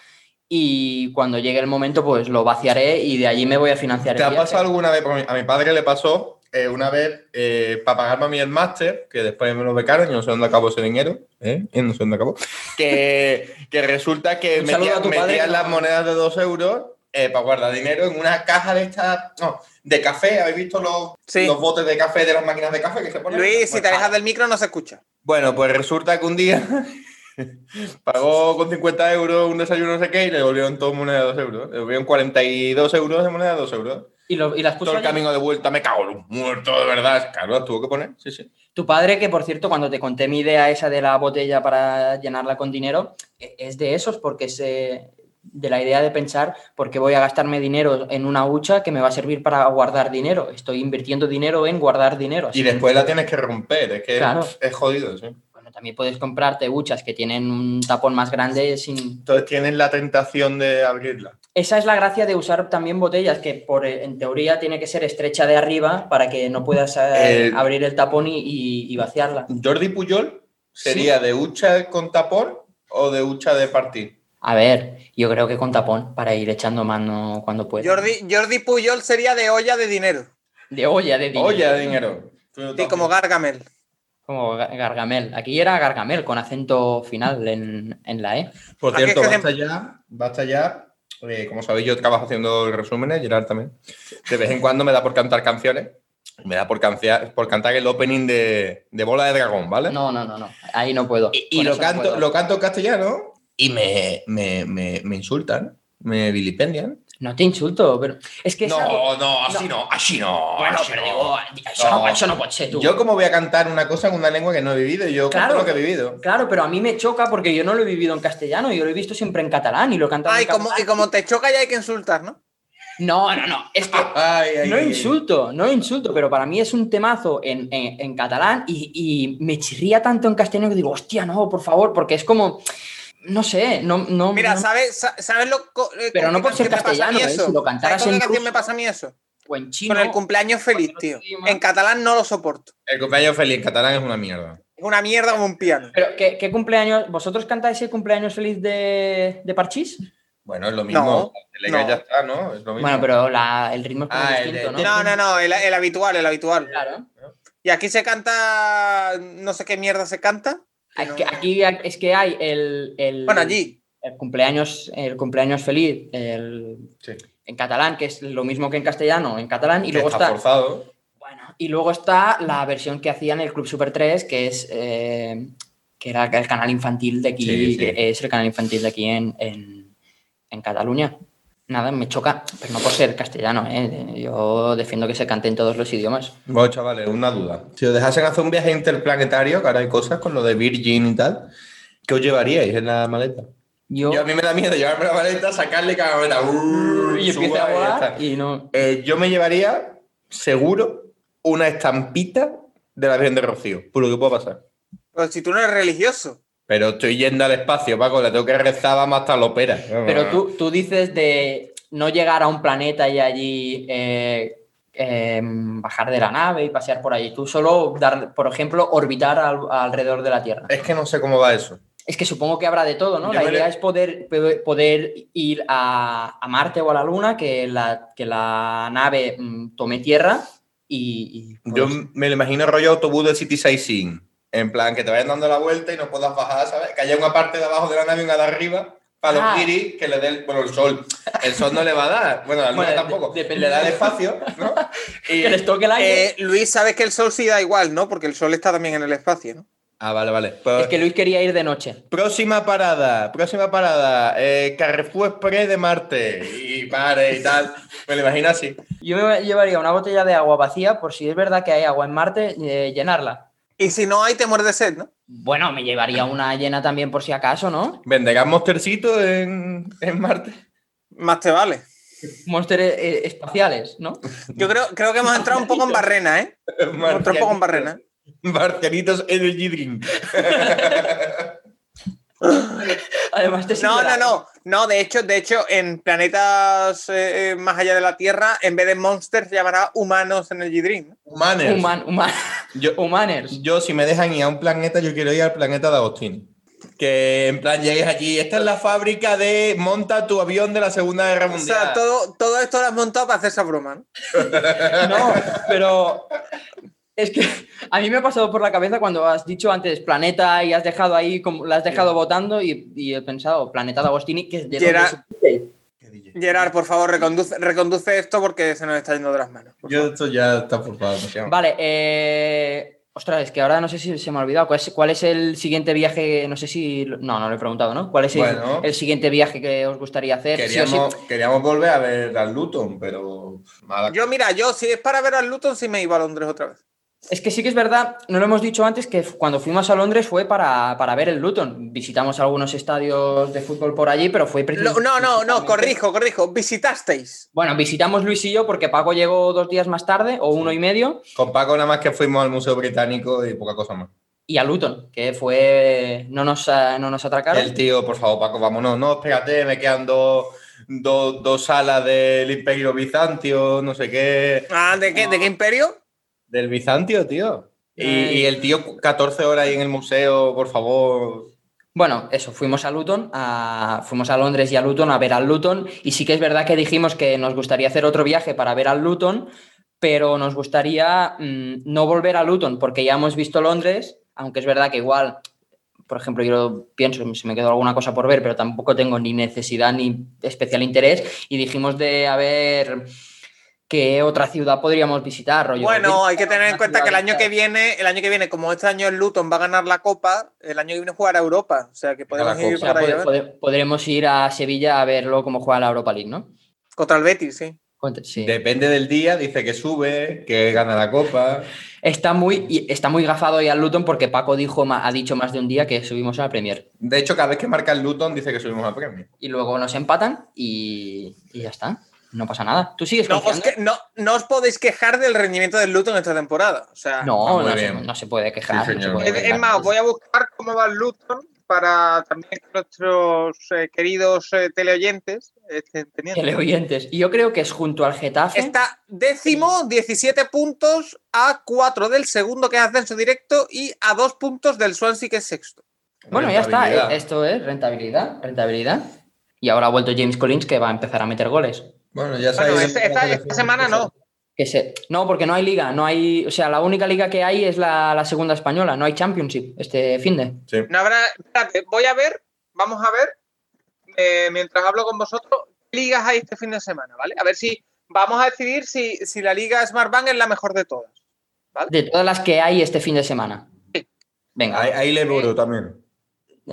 Speaker 2: y cuando llegue el momento pues lo vaciaré y de allí me voy a financiar.
Speaker 3: ¿Te
Speaker 2: el
Speaker 3: ha
Speaker 2: viaje.
Speaker 3: pasado alguna vez? Porque A mi padre le pasó eh, una vez eh, para pagarme a mí el máster, que después me lo becaron, yo no sé dónde acabó ese dinero, ¿eh? Y no sé dónde acabó, que, que resulta que
Speaker 2: Un saludo
Speaker 3: metía-
Speaker 2: a tu
Speaker 3: metían
Speaker 2: padre, que no-
Speaker 3: las monedas de 2 euros eh, para guardar dinero en una caja de estas, no, de café, ¿habéis visto los,
Speaker 4: Sí.
Speaker 3: los botes de café de las máquinas de café que se ponen?
Speaker 2: pues,
Speaker 4: Luis, si
Speaker 3: Bueno,
Speaker 4: te alejas del micro no se escucha.
Speaker 3: bueno, pues resulta que un día pagó con 50 euros un desayuno no sé qué y le volvieron todo moneda de 2 euros, le volvieron 42 euros de moneda de 2 euros
Speaker 2: Y, lo- y las puso
Speaker 3: todo el
Speaker 2: allí.
Speaker 3: camino de vuelta me cago en un muerto, de verdad. Claro, las tuvo que poner. Sí, sí.
Speaker 2: Tu padre, que por cierto, cuando te conté mi idea esa de la botella para llenarla con dinero, e- es de esos porque es eh, de la idea de pensar por qué voy a gastarme dinero en una hucha que me va a servir para guardar dinero. Estoy invirtiendo dinero en guardar dinero. así
Speaker 3: Y
Speaker 2: que,
Speaker 3: después la tienes que romper, es que
Speaker 2: Claro.
Speaker 3: es jodido, sí.
Speaker 2: bueno, también puedes comprarte huchas que tienen un tapón más grande sin...
Speaker 3: Entonces tienes la tentación de abrirla.
Speaker 2: Esa es la gracia de usar también botellas, que por, eh, en teoría tiene que ser estrecha de arriba para que no puedas eh,
Speaker 3: Eh,
Speaker 2: abrir el tapón y, y- y vaciarla.
Speaker 3: Jordi Puyol sería de hucha con tapón o de hucha de partir.
Speaker 2: A ver, yo creo que con tapón, para ir echando mano cuando pueda.
Speaker 4: Jordi, Jordi Puyol sería de olla de dinero.
Speaker 2: De olla, de dinero.
Speaker 3: Oye, dinero.
Speaker 4: Sí, como Gargamel.
Speaker 2: Como Ga- Gargamel. Aquí era Gargamel con acento final en, en la E.
Speaker 3: Por
Speaker 4: Aquí es
Speaker 3: cierto,
Speaker 4: que se-
Speaker 3: basta ya, basta ya. Eh, como sabéis, yo trabajo haciendo resúmenes, Gerard también. De vez en cuando me da por cantar canciones. Me da por, cancia- por cantar el opening de, de Bola de Dragón, ¿vale?
Speaker 2: No, no, no, no. Ahí no puedo.
Speaker 3: Y, y
Speaker 2: Con
Speaker 3: lo,
Speaker 2: eso no
Speaker 3: canto,
Speaker 2: puedo.
Speaker 3: lo canto en castellano y me, me, me, me insultan, me vilipendian.
Speaker 2: No te insulto, pero. Es que. es algo-
Speaker 3: No, no, así no, así no.
Speaker 2: Bueno,
Speaker 3: así
Speaker 2: pero
Speaker 3: no.
Speaker 2: digo, eso no,
Speaker 3: No.
Speaker 2: eso no puede ser tú.
Speaker 3: Yo como voy a cantar una cosa en una lengua que no he vivido, yo
Speaker 2: Claro.
Speaker 3: claro. lo que he vivido.
Speaker 2: Claro, pero a mí me choca porque yo no lo he vivido en castellano, yo lo he visto siempre en catalán y lo he cantado
Speaker 4: Ah,
Speaker 2: en
Speaker 4: y como,
Speaker 2: catalán.
Speaker 4: y como te choca ya hay que insultar, ¿no?
Speaker 2: No, no, no. Es que
Speaker 3: Ay, ay,
Speaker 2: no
Speaker 3: ay.
Speaker 2: insulto, no insulto, pero para mí es un temazo en, en- en catalán y, y me chirría tanto en castellano que digo, hostia, no, por favor, porque es como. No sé, no. no
Speaker 4: Mira,
Speaker 2: no-
Speaker 4: ¿sabes, sa- sabes lo co- eh,
Speaker 2: Pero
Speaker 4: con
Speaker 2: no
Speaker 4: qué
Speaker 2: por ser
Speaker 4: canción me pasa a mí
Speaker 2: castellano, ¿eh?
Speaker 4: eso?
Speaker 2: Si lo
Speaker 4: ¿Sabes
Speaker 2: cantaras
Speaker 4: con qué
Speaker 2: en
Speaker 4: canción
Speaker 2: ruso-
Speaker 4: me pasa a mí eso?
Speaker 2: o en chino.
Speaker 4: Con el cumpleaños feliz,
Speaker 2: con
Speaker 4: tío.
Speaker 2: otro idioma.
Speaker 4: En catalán no lo soporto.
Speaker 3: El cumpleaños feliz en catalán es una mierda.
Speaker 4: Es una mierda como un piano.
Speaker 2: Pero, ¿qué, qué cumpleaños? ¿Vosotros cantáis el cumpleaños feliz de, de Parchís?
Speaker 3: Bueno, es lo mismo.
Speaker 4: No,
Speaker 3: te le caes
Speaker 4: no.
Speaker 3: ya está, ¿no? Es lo mismo.
Speaker 2: Bueno, pero la- el ritmo es como
Speaker 3: Ah, el
Speaker 2: distinto,
Speaker 3: de-
Speaker 4: No,
Speaker 2: ¿no?
Speaker 4: no, no, el, el habitual, el habitual.
Speaker 2: Claro.
Speaker 4: Y aquí se canta, no sé qué mierda se canta.
Speaker 2: Es
Speaker 4: No.
Speaker 2: que Aquí es que hay el, el-
Speaker 4: Bueno, allí.
Speaker 2: el cumpleaños, el cumpleaños feliz el-
Speaker 3: Sí.
Speaker 2: en catalán, que es lo mismo que en castellano, en catalán, y
Speaker 3: Que
Speaker 2: luego
Speaker 3: está
Speaker 2: está,
Speaker 3: forzado.
Speaker 2: bueno, y luego está la versión que hacían el Club Super 3, que es eh, que era el canal infantil de aquí,
Speaker 3: Sí, sí.
Speaker 2: que es el canal infantil de aquí en, en- en Cataluña. Nada, me choca, pero no por ser castellano, ¿eh? yo defiendo que se cante en todos los idiomas.
Speaker 3: Bueno, chavales, una duda. Si os dejasen hacer un viaje interplanetario, que ahora hay cosas con lo de Virgin y tal, ¿qué os llevaríais en la maleta?
Speaker 2: Yo,
Speaker 3: Yo a mí me da miedo llevarme la maleta, sacarle cada maleta. uh,
Speaker 2: y empiezo
Speaker 3: suba
Speaker 2: a
Speaker 3: y ya
Speaker 2: volar
Speaker 3: está.
Speaker 2: y no.
Speaker 3: Eh, yo me llevaría, seguro, una estampita de la Virgen de Rocío, por lo que pueda pasar.
Speaker 4: Pero pues, si tú no eres religioso.
Speaker 3: Pero estoy yendo al espacio, Paco, la tengo que rezar, vamos hasta la ópera.
Speaker 2: Pero tú, tú dices de no llegar a un planeta y allí eh, em, bajar de la nave y pasear por allí. Tú solo, dar, por ejemplo, orbitar al- alrededor de la Tierra.
Speaker 3: Es que no sé cómo va eso.
Speaker 2: Es que supongo que habrá de todo, ¿no?
Speaker 3: Yo
Speaker 2: La
Speaker 3: me le-
Speaker 2: idea es poder, pe- poder ir a, a Marte o a la Luna, que la, que la nave mm, tome tierra y... y,
Speaker 3: Yo
Speaker 2: pues,
Speaker 3: me lo imagino rollo autobús de City Sightseeing. En plan, que te vayan dando la vuelta y no puedas bajar, ¿sabes? Que haya una parte de abajo de la nave y una de arriba. Para
Speaker 2: Ah.
Speaker 3: los kiris, que le dé el, bueno, el sol. El sol no le va a dar. Bueno, la luna
Speaker 2: Bueno, de-
Speaker 3: tampoco.
Speaker 2: depende
Speaker 3: le da el
Speaker 2: de-
Speaker 3: espacio, ¿no? Y-
Speaker 2: que les toque el aire.
Speaker 4: Eh, Luis, sabes que el sol sí da igual, ¿no? Porque el sol está también en el espacio, ¿no?
Speaker 3: Ah, vale, vale.
Speaker 2: es
Speaker 3: Pues-
Speaker 2: que Luis quería ir de noche.
Speaker 3: Próxima parada, próxima parada, eh, Carrefour Express de Marte y pare y tal. Me lo imagino así.
Speaker 2: Yo me llevaría una botella de agua vacía por si es verdad que hay agua en Marte, eh, llenarla.
Speaker 4: Y si no hay, te mueres de sed, ¿no?
Speaker 2: Bueno, me llevaría una llena también por si acaso, ¿no?
Speaker 3: ¿Venderán Monstercito en, en Marte?
Speaker 4: Más te vale.
Speaker 2: Monster eh, espaciales, ¿no?
Speaker 4: Yo creo, creo que hemos entrado un poco en barrena, ¿eh? Hemos entrado un poco en barrena.
Speaker 3: Marcianitos Energy Drink.
Speaker 2: Además te
Speaker 4: No,
Speaker 2: sirve
Speaker 4: no,
Speaker 2: la-
Speaker 4: no. No, de hecho, de hecho, en planetas eh, eh, más allá de la Tierra, en vez de monsters, se llamará humanos en el G-Dream. ¿no?
Speaker 3: Humaners.
Speaker 2: Human, human,
Speaker 3: yo,
Speaker 2: humaners.
Speaker 3: yo, si me dejan ir a un planeta, yo quiero ir al planeta de Agostini. Que en plan llegues allí, esta es la fábrica de monta tu avión de la Segunda Guerra
Speaker 4: O
Speaker 3: Mundial.
Speaker 4: sea, todo, todo esto lo has montado para hacer esa broma, ¿no?
Speaker 2: No, pero es que a mí me ha pasado por la cabeza cuando has dicho antes planeta y has dejado ahí, como, la has dejado votando y, y he pensado, planeta de Agostini, que es de
Speaker 4: Gerard-
Speaker 2: donde se-
Speaker 4: Gerard, por favor, reconduce, reconduce esto porque se nos está yendo de las manos. por
Speaker 3: Yo, esto ya está forzado.
Speaker 2: Vale, eh... Ostras, es que ahora no sé si se me ha olvidado. ¿Cuál es, cuál es el siguiente viaje? No sé si... No, no lo he preguntado, ¿no? ¿Cuál es el,
Speaker 3: Bueno.
Speaker 2: el siguiente viaje que os gustaría hacer? Sí o sí.
Speaker 3: Queríamos, queríamos volver a ver al Luton, pero.
Speaker 4: favor. Yo, mira, yo si es para ver al Luton, sí me iba a Londres otra vez.
Speaker 2: Es que sí que es verdad, no lo hemos dicho antes, que f- cuando fuimos a Londres fue para, para ver el Luton. Visitamos algunos estadios de fútbol por allí, pero fue
Speaker 4: Lo-
Speaker 2: precisamente...
Speaker 4: no, no, no, corrijo, corrijo. Visitasteis.
Speaker 2: Bueno, visitamos Luis y yo porque Paco llegó dos días más tarde, o uno y medio,
Speaker 3: Con Paco nada más que fuimos al Museo Británico y poca cosa más.
Speaker 2: y a Luton, que fue. No nos, eh, no nos atracaron.
Speaker 3: El tío, por favor, Paco, vámonos. No, espérate, me quedan dos, dos, dos salas del Imperio Bizantio, no sé qué.
Speaker 4: Ah, ¿de qué, ¿de qué imperio?
Speaker 3: Del Bizantio, tío. Y,
Speaker 2: Ay.
Speaker 3: y el tío 14 horas ahí en el museo, por favor.
Speaker 2: Bueno, eso, fuimos a Luton, a- fuimos a Londres y a Luton a ver al Luton. Y sí que es verdad que dijimos que nos gustaría hacer otro viaje para ver al Luton, pero nos gustaría mm, no volver a Luton porque ya hemos visto Londres, aunque es verdad que igual, por ejemplo, yo lo pienso, si me quedó alguna cosa por ver, pero tampoco tengo ni necesidad ni especial interés. Y dijimos de a ver qué otra ciudad podríamos visitar. rollo,
Speaker 4: Bueno,
Speaker 2: Birmingham,
Speaker 4: hay que tener en
Speaker 2: una
Speaker 4: cuenta que el
Speaker 2: ciudad
Speaker 4: año
Speaker 2: de
Speaker 4: que
Speaker 2: estas.
Speaker 4: viene, el año que viene, como este año el Luton va a ganar la Copa, el año que viene jugará a Europa. O sea que podemos
Speaker 3: Copa.
Speaker 4: ir
Speaker 2: O sea,
Speaker 4: para allá.
Speaker 2: pod- pod- podremos ir a Sevilla a verlo cómo juega la Europa League, ¿no?
Speaker 4: Contra el Betis, sí.
Speaker 2: Contra- sí.
Speaker 3: Depende del día, dice que sube, que gana la copa.
Speaker 2: Está muy, y está muy gafado ya el Luton porque Paco dijo, ma- ha dicho más de un día que subimos a la Premier.
Speaker 3: De hecho, cada vez que marca el Luton, dice que subimos al premio.
Speaker 2: Y luego nos empatan y, y ya está. No pasa nada. ¿Tú sigues
Speaker 4: No os,
Speaker 2: confiando?
Speaker 4: que- no, no os podéis quejar del rendimiento del Luton esta temporada. O sea,
Speaker 2: No,
Speaker 3: Ah, muy
Speaker 2: no, se,
Speaker 3: bien.
Speaker 2: no se puede quejar.
Speaker 3: Sí,
Speaker 2: no se
Speaker 3: señor.
Speaker 2: puede
Speaker 5: Es,
Speaker 3: Venga.
Speaker 2: quejar.
Speaker 5: es más, voy a buscar cómo va el Luton para también que nuestros eh, queridos eh, teleoyentes
Speaker 4: eh,
Speaker 5: estén teniendo.
Speaker 2: Teleoyentes. Y yo creo que es junto al Getafe.
Speaker 4: está décimo, 17 puntos, a 4 del segundo que es ascenso directo y a 2 puntos del Swansea que es sexto.
Speaker 2: Bueno, ya está.
Speaker 3: Rentabilidad.
Speaker 2: eh, Esto es rentabilidad. Rentabilidad. Y ahora ha vuelto James Collins que va a empezar a meter goles.
Speaker 3: Bueno, ya
Speaker 5: Bueno,
Speaker 3: sabéis.
Speaker 5: este- esta, esta semana no.
Speaker 2: Que se... No, porque no hay liga, no hay. O sea, la única liga que hay es la, la segunda española, no hay championship este fin de.
Speaker 3: Sí.
Speaker 5: No habrá. Espérate, voy a ver, vamos a ver, eh, mientras hablo con vosotros, qué ligas hay este fin de semana, ¿vale? A ver si vamos a decidir si, si la liga Smart Bank es la mejor de todas.
Speaker 2: De todas las que hay este fin de semana. Venga,
Speaker 3: Ahí, ahí le muro también.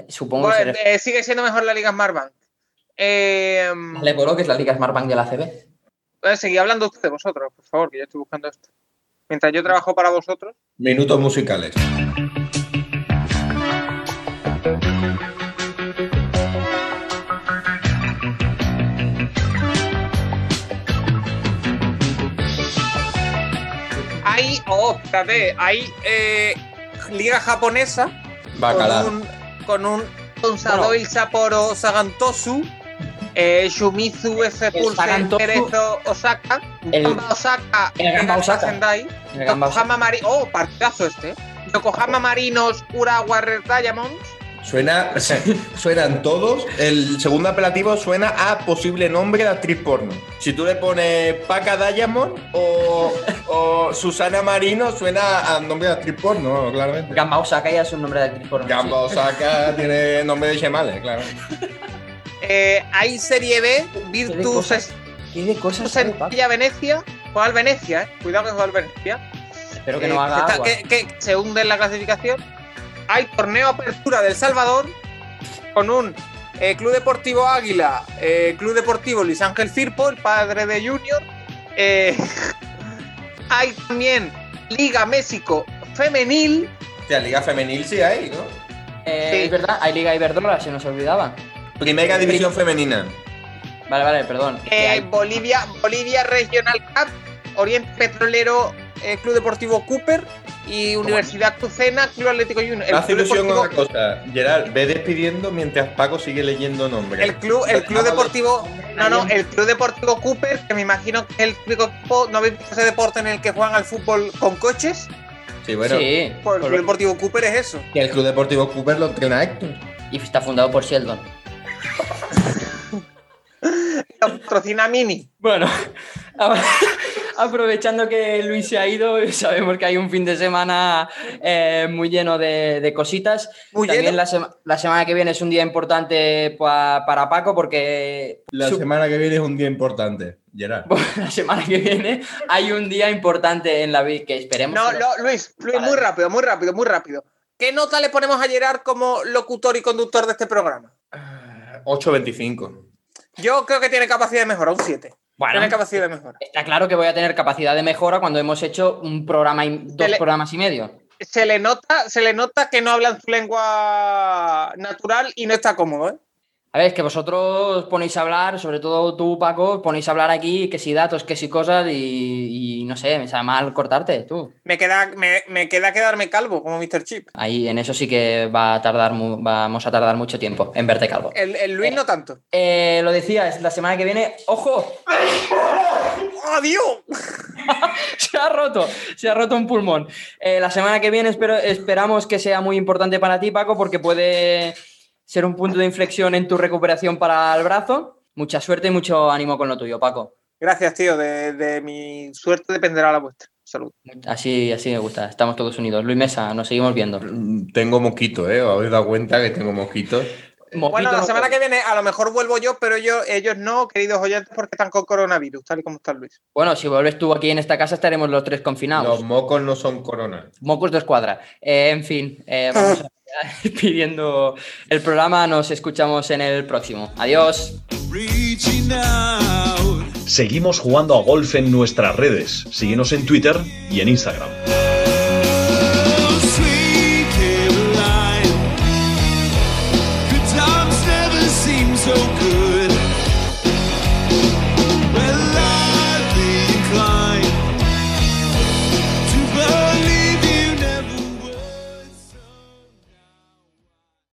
Speaker 2: supongo que se
Speaker 5: Pues,
Speaker 2: refiere-
Speaker 5: eh, sigue siendo mejor la liga Smart Bank. Eh,
Speaker 2: Le Boro, que es la liga Smart Bank de la CB.
Speaker 5: bueno, seguid hablando ustedes vosotros, por favor, que yo estoy buscando esto. Mientras yo trabajo para vosotros.
Speaker 3: Minutos musicales.
Speaker 5: Hay, oh, espérate, hay
Speaker 4: Eh, Liga japonesa
Speaker 3: Bacalá.
Speaker 4: con un, con un con Sadoil
Speaker 2: Bueno.
Speaker 4: Sapporo Sagantosu.
Speaker 5: eh, Shumizu, S.
Speaker 2: El
Speaker 5: Pulse,
Speaker 2: Sagan
Speaker 5: Cerezo, Osaka,
Speaker 2: El-
Speaker 5: Gamba Osaka,
Speaker 2: el Gamba
Speaker 5: Gamba
Speaker 2: Osaka.
Speaker 5: Sendai.
Speaker 2: En el Gamba
Speaker 5: Yokohama Mari- Oh, partidazo este. eh. Yokohama Marinos, Urawa Red Diamonds.
Speaker 3: Suena, suenan todos. El segundo apelativo suena a posible nombre de actriz porno. Si tú le pones Paca Diamond o, o Susana Marino, suena a nombre de actriz porno, claramente.
Speaker 2: Gamba Osaka ya es un nombre de actriz porno, sí.
Speaker 3: Gamba Osaka tiene nombre de Shemale, claro.
Speaker 4: Eh, hay Serie B,
Speaker 2: Qué de
Speaker 4: Virtus
Speaker 2: cosas- Qué de cosas
Speaker 5: Pues
Speaker 2: sabe, Paco.
Speaker 5: Sentilla Venecia. Juega al Venecia, eh. Cuidado que juega al Venecia.
Speaker 2: Espero que
Speaker 5: eh,
Speaker 2: no haga
Speaker 5: está-
Speaker 2: agua.
Speaker 5: que, que se hunde en la clasificación. Hay torneo apertura del Salvador con un
Speaker 4: Eh, Club Deportivo Águila, eh, Club Deportivo Luis Ángel Firpo, el padre de Junior,
Speaker 5: eh, hay también Liga México femenil.
Speaker 3: Hostia, Liga Femenil sí hay, ¿no?
Speaker 2: Eh,
Speaker 5: sí.
Speaker 2: Es verdad, hay liga Iberdrola, se nos olvidaba.
Speaker 3: Primera división femenina.
Speaker 2: Vale, vale, perdón. Que
Speaker 5: eh,
Speaker 2: hay-
Speaker 5: Bolivia, Bolivia Regional Cup, Oriente Petrolero
Speaker 4: eh, Club Deportivo Cooper y Universidad.
Speaker 5: Universidad Crucena, Club Atlético Junior.
Speaker 3: Me hace
Speaker 5: Club
Speaker 3: ilusión
Speaker 5: Deportivo-
Speaker 3: una cosa. Gerard, ve despidiendo mientras Paco sigue leyendo nombres.
Speaker 4: El club, el club
Speaker 3: Vale.
Speaker 4: deportivo.
Speaker 5: No, no, el Club Deportivo Cooper, que me imagino que es el típico equipo, ¿no habéis visto ese deporte en el que juegan al fútbol con coches?
Speaker 3: Sí, bueno.
Speaker 2: sí,
Speaker 4: Pues el
Speaker 2: por-
Speaker 4: Club Deportivo Cooper es eso.
Speaker 3: El Club Deportivo Cooper lo entrena Héctor.
Speaker 2: y está fundado por Sheldon.
Speaker 5: La patrocina Mini.
Speaker 2: Bueno, ahora, aprovechando que Luis se ha ido, sabemos que hay un fin de semana eh, muy lleno de, de cositas.
Speaker 4: Muy
Speaker 2: También
Speaker 5: ¿eh?
Speaker 4: lleno.
Speaker 2: La, sema- la semana que viene es un día importante pa- para Paco porque
Speaker 3: La
Speaker 2: su-
Speaker 3: semana que viene es un día importante, Gerard.
Speaker 2: la semana que viene hay un día importante en la vida que esperemos.
Speaker 5: No,
Speaker 2: que-
Speaker 5: no, Luis, Luis, muy rápido, muy rápido, muy rápido.
Speaker 4: ¿Qué nota le ponemos a Gerard como locutor y conductor de este programa?
Speaker 3: 8.25.
Speaker 4: Yo creo que tiene capacidad de mejora, un 7.
Speaker 2: Bueno,
Speaker 4: tiene capacidad de mejora.
Speaker 2: está claro que voy a tener capacidad de mejora cuando hemos hecho un programa, y- dos
Speaker 5: Tele-
Speaker 2: programas y medio.
Speaker 5: Se le nota, se le nota que no hablan su lengua natural y no está cómodo, ¿eh?
Speaker 2: A ver, es que vosotros ponéis a hablar, sobre todo tú, Paco, ponéis a hablar aquí que si datos, que si cosas y, y no sé, me sale mal cortarte, tú.
Speaker 4: Me queda, me, me queda quedarme calvo, como Mr. Chip.
Speaker 2: Ahí en eso sí que va a tardar, mu- vamos a tardar mucho tiempo en verte calvo.
Speaker 4: El, el Luis no tanto.
Speaker 2: Eh, lo decía, es la semana que viene, ¡ojo!
Speaker 4: ¡Oh, Dios!
Speaker 2: se ha roto, se ha roto un pulmón. Eh, la semana que viene espero- esperamos que sea muy importante para ti, Paco, porque puede ser un punto de inflexión en tu recuperación para el brazo. Mucha suerte y mucho ánimo con lo tuyo, Paco.
Speaker 4: Gracias, tío. De, de mi suerte dependerá la vuestra. Salud.
Speaker 2: Así, así me gusta, estamos todos unidos. Luis Mesa, nos seguimos viendo.
Speaker 3: Mm, Tengo mosquito, ¿eh? ¿Os habéis dado cuenta que tengo mosquitos?
Speaker 4: Bueno,
Speaker 2: Mojito
Speaker 4: la
Speaker 2: no
Speaker 4: semana
Speaker 2: puede.
Speaker 4: que viene a lo mejor vuelvo yo, pero ellos, ellos no, queridos oyentes, porque están con coronavirus, tal y como está Luis.
Speaker 2: Bueno, si vuelves tú aquí en esta casa estaremos los tres confinados.
Speaker 3: Los mocos no son corona.
Speaker 2: Mocos de escuadra. Eh, en fin, eh, vamos a pidiendo el programa, nos escuchamos en el próximo. Adiós.
Speaker 6: Reaching out.
Speaker 1: Seguimos jugando a golf en nuestras redes. Síguenos en Twitter y en Instagram.
Speaker 6: Oh,